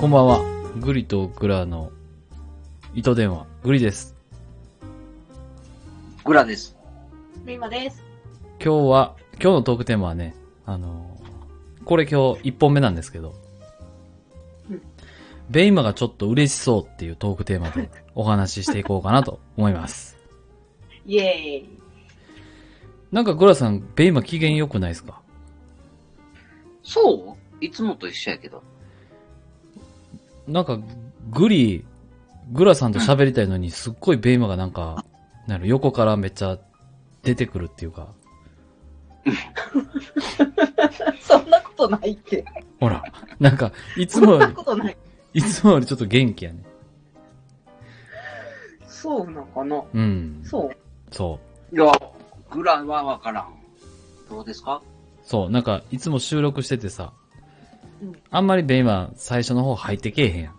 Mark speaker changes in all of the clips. Speaker 1: こんばんは。グリとグラの糸電話、グリです。
Speaker 2: グラです。
Speaker 3: ミマです。
Speaker 1: 今日は、今日のトークテーマはね、あのーこれ今日1本目なんですけど
Speaker 3: うん、
Speaker 1: ベイマがちょっと嬉しそうっていうトークテーマでお話ししていこうかなと思います。
Speaker 3: イエーイ。
Speaker 1: なんかグラさん、ベイマ機嫌良くないですか
Speaker 2: そういつもと一緒やけど。
Speaker 1: なんか、グリ、グラさんと喋りたいのに、すっごいベイマがなんか、なる横からめっちゃ出てくるっていうか、
Speaker 3: そんなことないって。
Speaker 1: ほら、なんか、いつ
Speaker 3: そ
Speaker 1: も
Speaker 3: ん
Speaker 1: よ
Speaker 3: な
Speaker 1: り、
Speaker 3: ことない。
Speaker 1: いつもよりちょっと元気やね。
Speaker 3: そうなのかな
Speaker 1: うん。
Speaker 3: そう。
Speaker 1: そう。
Speaker 2: いや、グラはわからん。どうですか
Speaker 1: そう、なんか、いつも収録しててさ
Speaker 3: うん、
Speaker 1: あんまりベイマン最初の方入ってけえへんやん。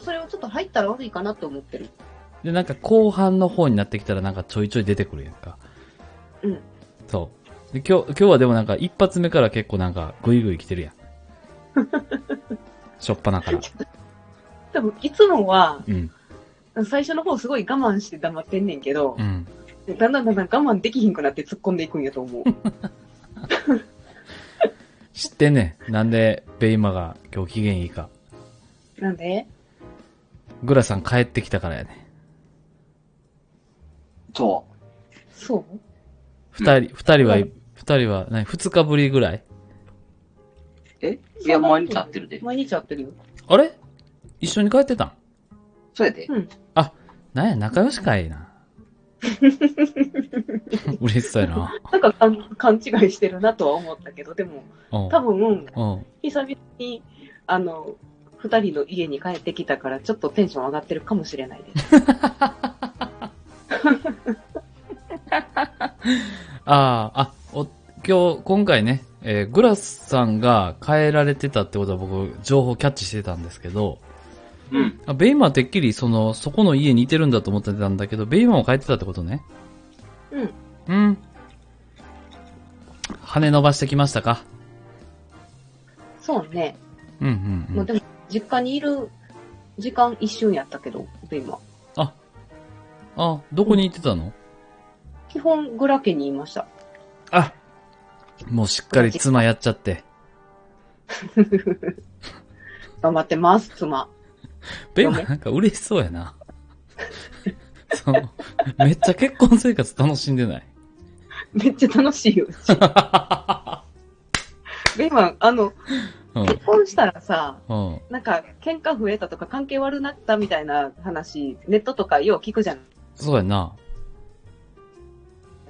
Speaker 3: それをちょっと入ったら悪いかなと思ってる。
Speaker 1: で、なんか後半の方になってきたらなんかちょいちょい出てくるやんか。
Speaker 3: うん。
Speaker 1: そう。で、今日、今日はでもなんか一発目から結構なんかグイグイ来て るやん。しょっぱなから。
Speaker 3: 多分、いつもは、
Speaker 1: うん。
Speaker 3: 最初の方すごい我慢して黙ってんねんけど
Speaker 1: う、ん。
Speaker 3: だんだんだんだん我慢できひんくなって突っ込んでいくんやと思う。
Speaker 1: 知ってんねん。なんでベイマが今日機嫌いいか。
Speaker 3: なんで
Speaker 1: グラさん帰ってきたからやね。
Speaker 2: そ。
Speaker 3: そう
Speaker 1: 二人、二人は、二人は、何、二日ぶりぐらいう
Speaker 2: えいや、毎日会ってるで。
Speaker 3: 毎日会ってるよ。
Speaker 1: あれ一緒に帰ってたん
Speaker 2: そうやで。
Speaker 1: なんや、仲良しかいな。 嬉しそうやな。
Speaker 3: なんかかん勘違いしてるなとは思ったけど、でも、
Speaker 1: うん。
Speaker 3: 多分、
Speaker 1: うん。
Speaker 3: 久々に、あの、二人の家に帰ってきたから、ちょっとテンション上がってるかもしれないです。
Speaker 1: ああ、あ、お、今日、今回ね、えーグラスさんが変えられてたってことは僕、情報キャッチしてたんですけど、
Speaker 2: うん。
Speaker 1: あベイマはてっきり、その、そこの家にいてるんだと思ってたんだけど、ベイマも変えてたってことね。
Speaker 3: うん。
Speaker 1: うん。羽伸ばしてきましたか
Speaker 3: そうね。
Speaker 1: うんうん、う
Speaker 3: まあ
Speaker 1: ん。
Speaker 3: でも、実家にいる時間一瞬やったけど、で今。
Speaker 1: あ、どこに行ってたの、
Speaker 3: 基本、グラ家にいました。
Speaker 1: あもうしっかり妻やっちゃって。
Speaker 3: 頑張ってます、妻。
Speaker 1: ベイマ なんか嬉しそうやな。 そう。めっちゃ結婚生活楽しんで ない。
Speaker 3: めっちゃ楽し いよ。で、今、あの、
Speaker 1: うん。
Speaker 3: 結婚したらさ、
Speaker 1: うん。
Speaker 3: なんか、喧嘩増えたとか、関係悪なったみたいな話、ネットとかよう聞くじゃん。
Speaker 1: そうやな。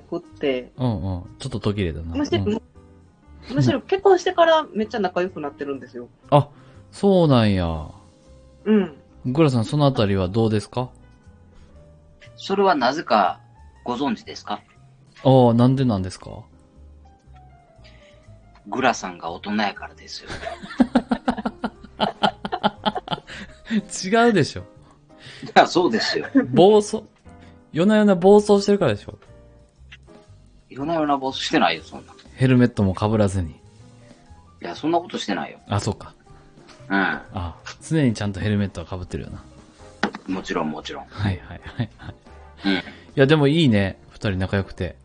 Speaker 3: こって。
Speaker 1: うんうん。ちょっと途切れたな。
Speaker 3: むしろ、
Speaker 1: うん
Speaker 3: むしろ結婚してからめっちゃ仲良くなってるんですよ。
Speaker 1: あ、そうなんや。
Speaker 3: うん。
Speaker 1: グラさん、そのあたりはどうですか
Speaker 2: それはなぜかご存知ですか
Speaker 1: ああ、なんでなんですか
Speaker 2: グラさんが大人やからですよ。
Speaker 1: 違うでしょ。
Speaker 2: いや、そうですよ。
Speaker 1: 暴走。夜な夜な暴走してるからでしょ。
Speaker 2: 夜な夜なボスしてないよ、そんな。い
Speaker 1: ヘルメットも被らずに。
Speaker 2: や、そんなことしてないよ。
Speaker 1: あ、そうか。
Speaker 2: う
Speaker 1: あ常にちゃんとヘルメットは被ってるよな。
Speaker 2: ん。もちろん、もちろん。
Speaker 1: はいはいはいはい。
Speaker 2: うん
Speaker 1: いや、でもいいね。二人仲良くて。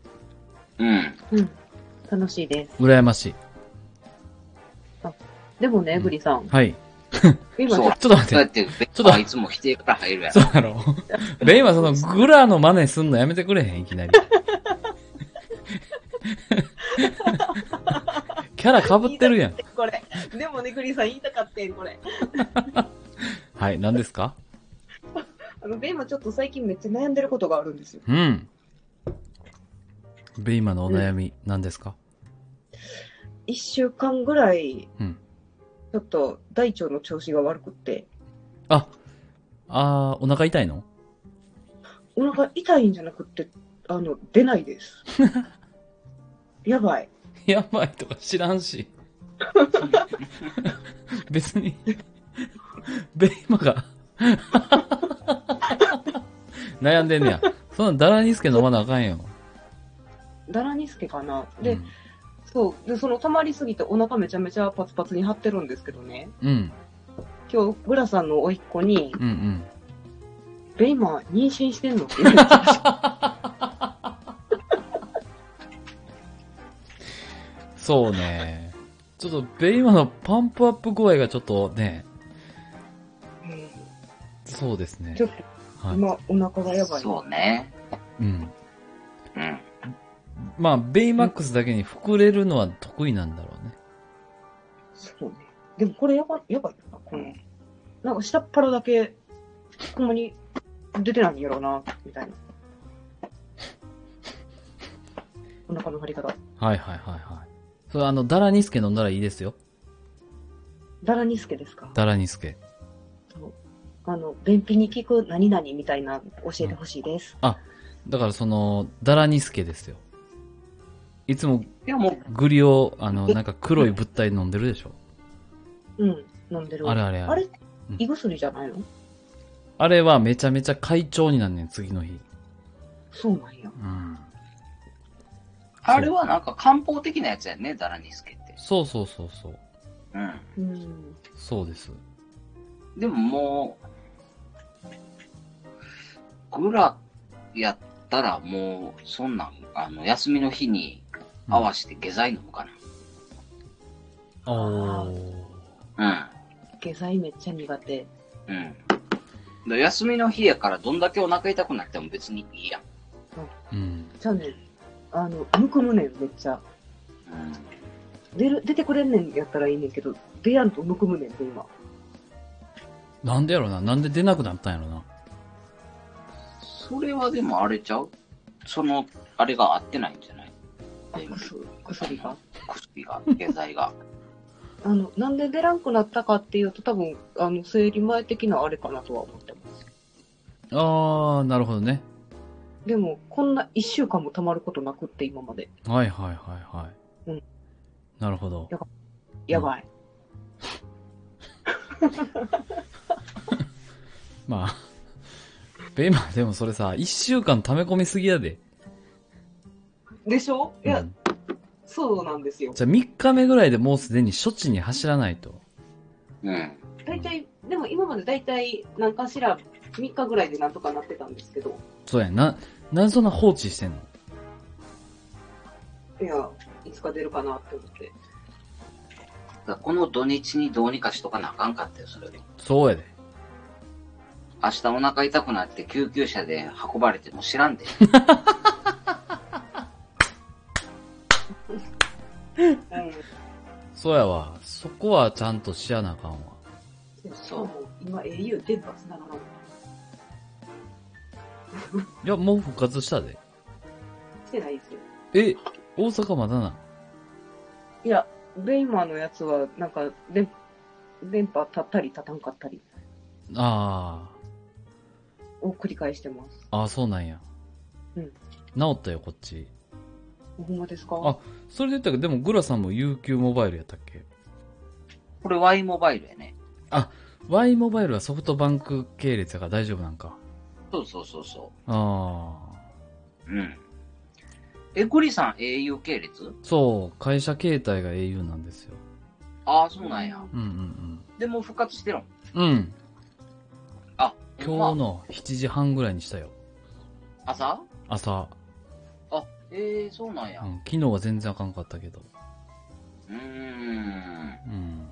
Speaker 2: うん。
Speaker 3: うん。楽しいです。
Speaker 1: 羨ましい。
Speaker 3: でもね、グリさん。
Speaker 1: はい。
Speaker 3: 今、
Speaker 2: そ
Speaker 1: ち
Speaker 2: う
Speaker 1: ょっと待
Speaker 2: そうや
Speaker 1: っ。
Speaker 2: ってて、ベ
Speaker 1: と
Speaker 2: ッドはいつも否定から入るや
Speaker 1: そ
Speaker 2: ろ。
Speaker 1: うだ ろう。ベイはそのグラの真似すんのやめてくれへん、いきな り。キャラ被ってるやん。
Speaker 3: これ。でもね、グリさん言いたかってん、これ。
Speaker 1: はい、何ですか
Speaker 3: あの、ベイマちょっと最近めっちゃ悩んでることがあるんですよ。
Speaker 1: うん。ベイマのお悩み、何ですか
Speaker 3: 一週間ぐらい、
Speaker 1: うん
Speaker 3: ちょっと大腸の調子が悪くって、
Speaker 1: あ、あー、お腹痛いの
Speaker 3: お腹痛いんじゃなくって、あの、出な いです。やばい。
Speaker 1: やばいとか知らんし。別に、ベイマが、悩んでんねや。そんなんダラニスケ飲まなあかんよ。
Speaker 3: ダラニスケかな。
Speaker 1: う
Speaker 3: で、
Speaker 1: ん
Speaker 3: そう。で、その溜まりすぎてお腹めちゃめちゃパツパツに張ってるんですけどね。
Speaker 1: うん。
Speaker 3: 今日、グラさんの甥っ子に、
Speaker 1: うんうん。
Speaker 3: ベイマー妊娠してんのって言わ れてました。
Speaker 1: そうね。ちょっとベイマのパンプアップ具合がちょっとね、そうですね
Speaker 3: ちょ。っと
Speaker 1: はい。
Speaker 3: 今、お腹がやばい。
Speaker 2: そうね。
Speaker 1: うん。
Speaker 2: うん。
Speaker 1: まあ、ベイマックスだけに膨れるのは得意なんだろうね。
Speaker 3: そうね。でもこれやばやばいよな、この。なんか下っ腹だけ、ほんまに出てないんやろうな、みたいな。お腹の張り方。
Speaker 1: はいはいはいはい。それあの、ダラニスケ飲んだらいいですよ。
Speaker 3: ダラニスケですか
Speaker 1: ダラニスケ。
Speaker 3: あの、便秘に効く何々みたいな教えてほしいです。
Speaker 1: だからその、ダラニスケですよ。いつも
Speaker 2: いやもう、
Speaker 1: グリを、あの、なんか黒い物体飲んでるでしょ。
Speaker 3: うん、飲んでる。
Speaker 1: あれあれあ
Speaker 3: あ
Speaker 1: れ。
Speaker 3: れ胃薬じゃないの
Speaker 1: あれはめちゃめちゃ快調になんねん、次の日。
Speaker 3: そうなん
Speaker 1: う
Speaker 3: や。
Speaker 1: ん。
Speaker 2: あれはなんか漢方的なやつやね、ダラニスケって。
Speaker 1: そうそうそうそう。
Speaker 2: うん。
Speaker 3: うん。
Speaker 1: そうです。
Speaker 2: でももう、グラやったらもう、そんなん、あの、休みの日に合わせて下剤飲むか
Speaker 1: おー。
Speaker 2: な。
Speaker 3: 下剤めっちゃ苦手。
Speaker 2: うん。うん。で休みの日やからどんだけお腹痛くなっても別にいいやん。
Speaker 1: うん。
Speaker 3: じゃあね、あの、むくむねん、めっちゃ。
Speaker 2: うん。
Speaker 3: 出る、出てくれんねんやったらいいねんけど、出やんとむくむねん、今。
Speaker 1: なんでやろななんで出なくなったんやろな
Speaker 2: それはでもあれちゃうその、あれが合ってないんじゃない
Speaker 3: あ、そう薬が。
Speaker 2: 薬が、下剤が。
Speaker 3: あの、なんで出らんくなったかっていうと、多分、あの、生理前的なあれかなとは思ってます。
Speaker 1: あー、なるほどね。
Speaker 3: でも、こんな一週間も溜まることなくって、今まで。
Speaker 1: はいはいはいはい。
Speaker 3: うん
Speaker 1: なるほど。
Speaker 3: やばい。
Speaker 1: まあ。 ベイマーでもそれさ、一週間溜め込みすぎやで。
Speaker 3: でしょいうや、
Speaker 1: ん
Speaker 3: そうなんですよ。
Speaker 1: じゃあ3日目ぐらいでもうすでに処置に走らないと。
Speaker 2: うん。
Speaker 3: 大体、でも今まで大体、なんかしら、3日ぐらいでなんとかなってたんですけど、
Speaker 1: そうやんな、なんでそんな放置してんの
Speaker 3: いや、いつか出るかなって思って。
Speaker 2: だからこの土日にどうにかしとかなあかんかったよ、それより。
Speaker 1: そうやで。
Speaker 2: 明日お腹痛くなって救急車で運ばれても知らんで。
Speaker 3: うん。
Speaker 1: そうやわ。そこはちゃんとしやなあかんわ。
Speaker 3: しかも、今 au 電波繋がらない。
Speaker 1: いや、もう復活したで。
Speaker 3: してないですよ。
Speaker 1: え、大阪まだな。
Speaker 3: いや、ベイマーのやつは、なんか、で、電波立ったり立たんかったり
Speaker 1: あ
Speaker 3: を繰り返してます。
Speaker 1: ー。あー、そうなんや。
Speaker 3: うん
Speaker 1: 治ったよ、こっち。
Speaker 3: ほんまですか
Speaker 1: あそれで言ったけど、でもグラさんも UQ モバイルやったっけ
Speaker 2: これ Y モバイルやね。
Speaker 1: Y モバイルはソフトバンク系列だから大丈夫なんか。
Speaker 2: そうそうそうそ
Speaker 1: ああ。
Speaker 2: う。うん。え、グリさん au 系列
Speaker 1: そう、会社携帯が au なんですよ。
Speaker 2: ああ、そうなんや。
Speaker 1: うんうん
Speaker 2: でも復活してるん。
Speaker 1: うん。うん。
Speaker 2: あ、
Speaker 1: 今
Speaker 2: ほ
Speaker 1: 日
Speaker 2: んま
Speaker 1: の7時半ぐらいにしたよ。
Speaker 2: 朝
Speaker 1: 朝。
Speaker 2: あ、ええー、そうなんや。
Speaker 1: う、
Speaker 2: うん
Speaker 1: 昨日は全然あかんかったけど。
Speaker 2: ーん。
Speaker 1: うん。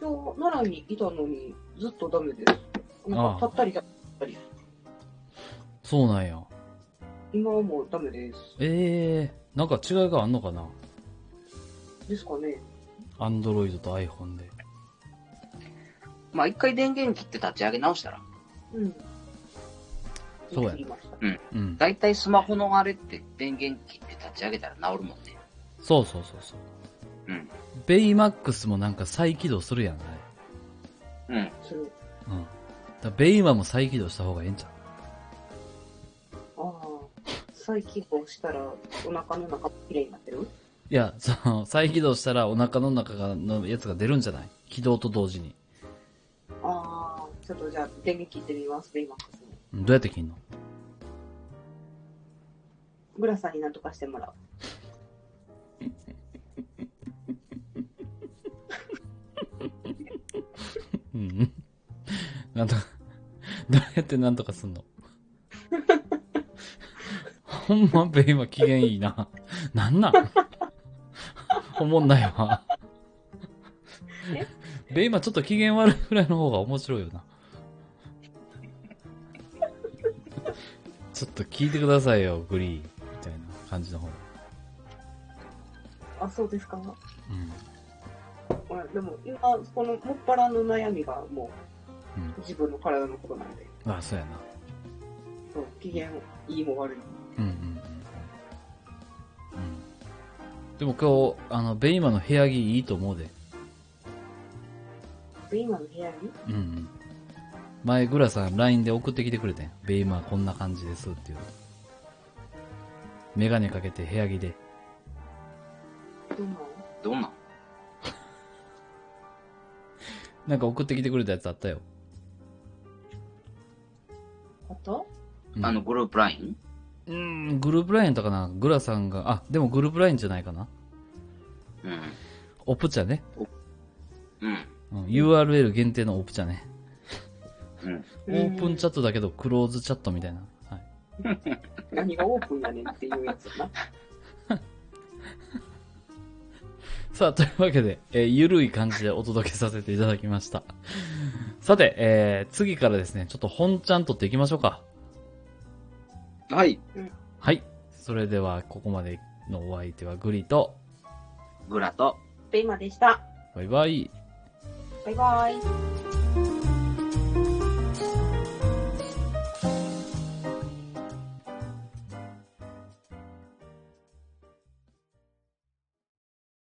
Speaker 3: 今日、奈良にいたのに、ずっとダメです。な
Speaker 1: ああ
Speaker 3: んか、立ったり立ったり。
Speaker 1: そうなんや。
Speaker 3: 今はもうダメです。
Speaker 1: ええー、なんか違いがあんのかな
Speaker 3: ですかね。
Speaker 1: アンドロイドと iPhone で。
Speaker 2: まあ、一回電源切って立ち上げ直したら。
Speaker 3: うん。
Speaker 1: そうや
Speaker 3: 言いました
Speaker 1: うん。
Speaker 2: だいたいスマホのあれって電源切って立ち上げたら治るもんね。
Speaker 1: そうそうそうそう。
Speaker 2: うん。
Speaker 1: ベイマックスもなんか再起動するやん、あれ。
Speaker 2: うん。
Speaker 3: それ
Speaker 1: うん。だからベイマも再起動した方がええんちゃう
Speaker 3: ああ。再起動したら、お腹の中きれいになってる
Speaker 1: いや、その、再起動したらお腹の中がのやつが出るんじゃない起動と同時に。
Speaker 3: ああ。ちょっとじゃあ、電源切ってみます、ベイマックスに。
Speaker 1: うんどうやって切んの
Speaker 3: グラさんになんとかしてもらう。
Speaker 1: なんとか、どうやってなんとかすんの ほんま、ベイマ機嫌いいな。なんなんおもんないわ。ベイマちょっと機嫌悪いぐらいの方が面白いよな。ちょっと聞いてくださいよ、グリー。みたいな感じの方が。
Speaker 3: あ、そうですか。
Speaker 1: うん。
Speaker 3: まあでも、今、このもっぱらの悩みがも
Speaker 1: うん
Speaker 3: う、自分の体のことなんで、
Speaker 1: ああ、そうやな。
Speaker 3: そう、機嫌いいも悪いも。
Speaker 1: うんうんうんうん。うん。でも今日、あの、ベイマの部屋着いいと思うで。
Speaker 3: で、今の部屋に
Speaker 1: うんうん。前、グラさん LINE で送ってきてくれたやん。ベイマこんな感じですっていう。メガネかけて部屋着で。
Speaker 3: どうなの
Speaker 2: どんなん
Speaker 1: なんか送ってきてくれたやつあったよ。
Speaker 3: あと
Speaker 1: うん
Speaker 2: あの、グループライン
Speaker 1: うーん、グループ LINE とかな。グラさんが、あ、でもグループ LINE じゃないかな。
Speaker 2: うん。
Speaker 1: オプチャね。
Speaker 2: うん。
Speaker 1: うん、URL 限定のオプチャね。
Speaker 2: うん。
Speaker 1: オープンチ
Speaker 3: ャ
Speaker 1: ャットだけどクローズチャットみたいな。はい。
Speaker 3: 何がオープンやねんっていうやつやな。
Speaker 1: さあ、というわけで、えーゆるい感じでお届けさせていただきました。 さて、えー次からですね、ちょっと本ちゃん取っていきましょうか。
Speaker 2: はい。
Speaker 1: はい。それでは、ここまでのお相手はグリと、
Speaker 2: グラと。
Speaker 3: で、今でした。
Speaker 1: バイバイ。
Speaker 3: バイバイ。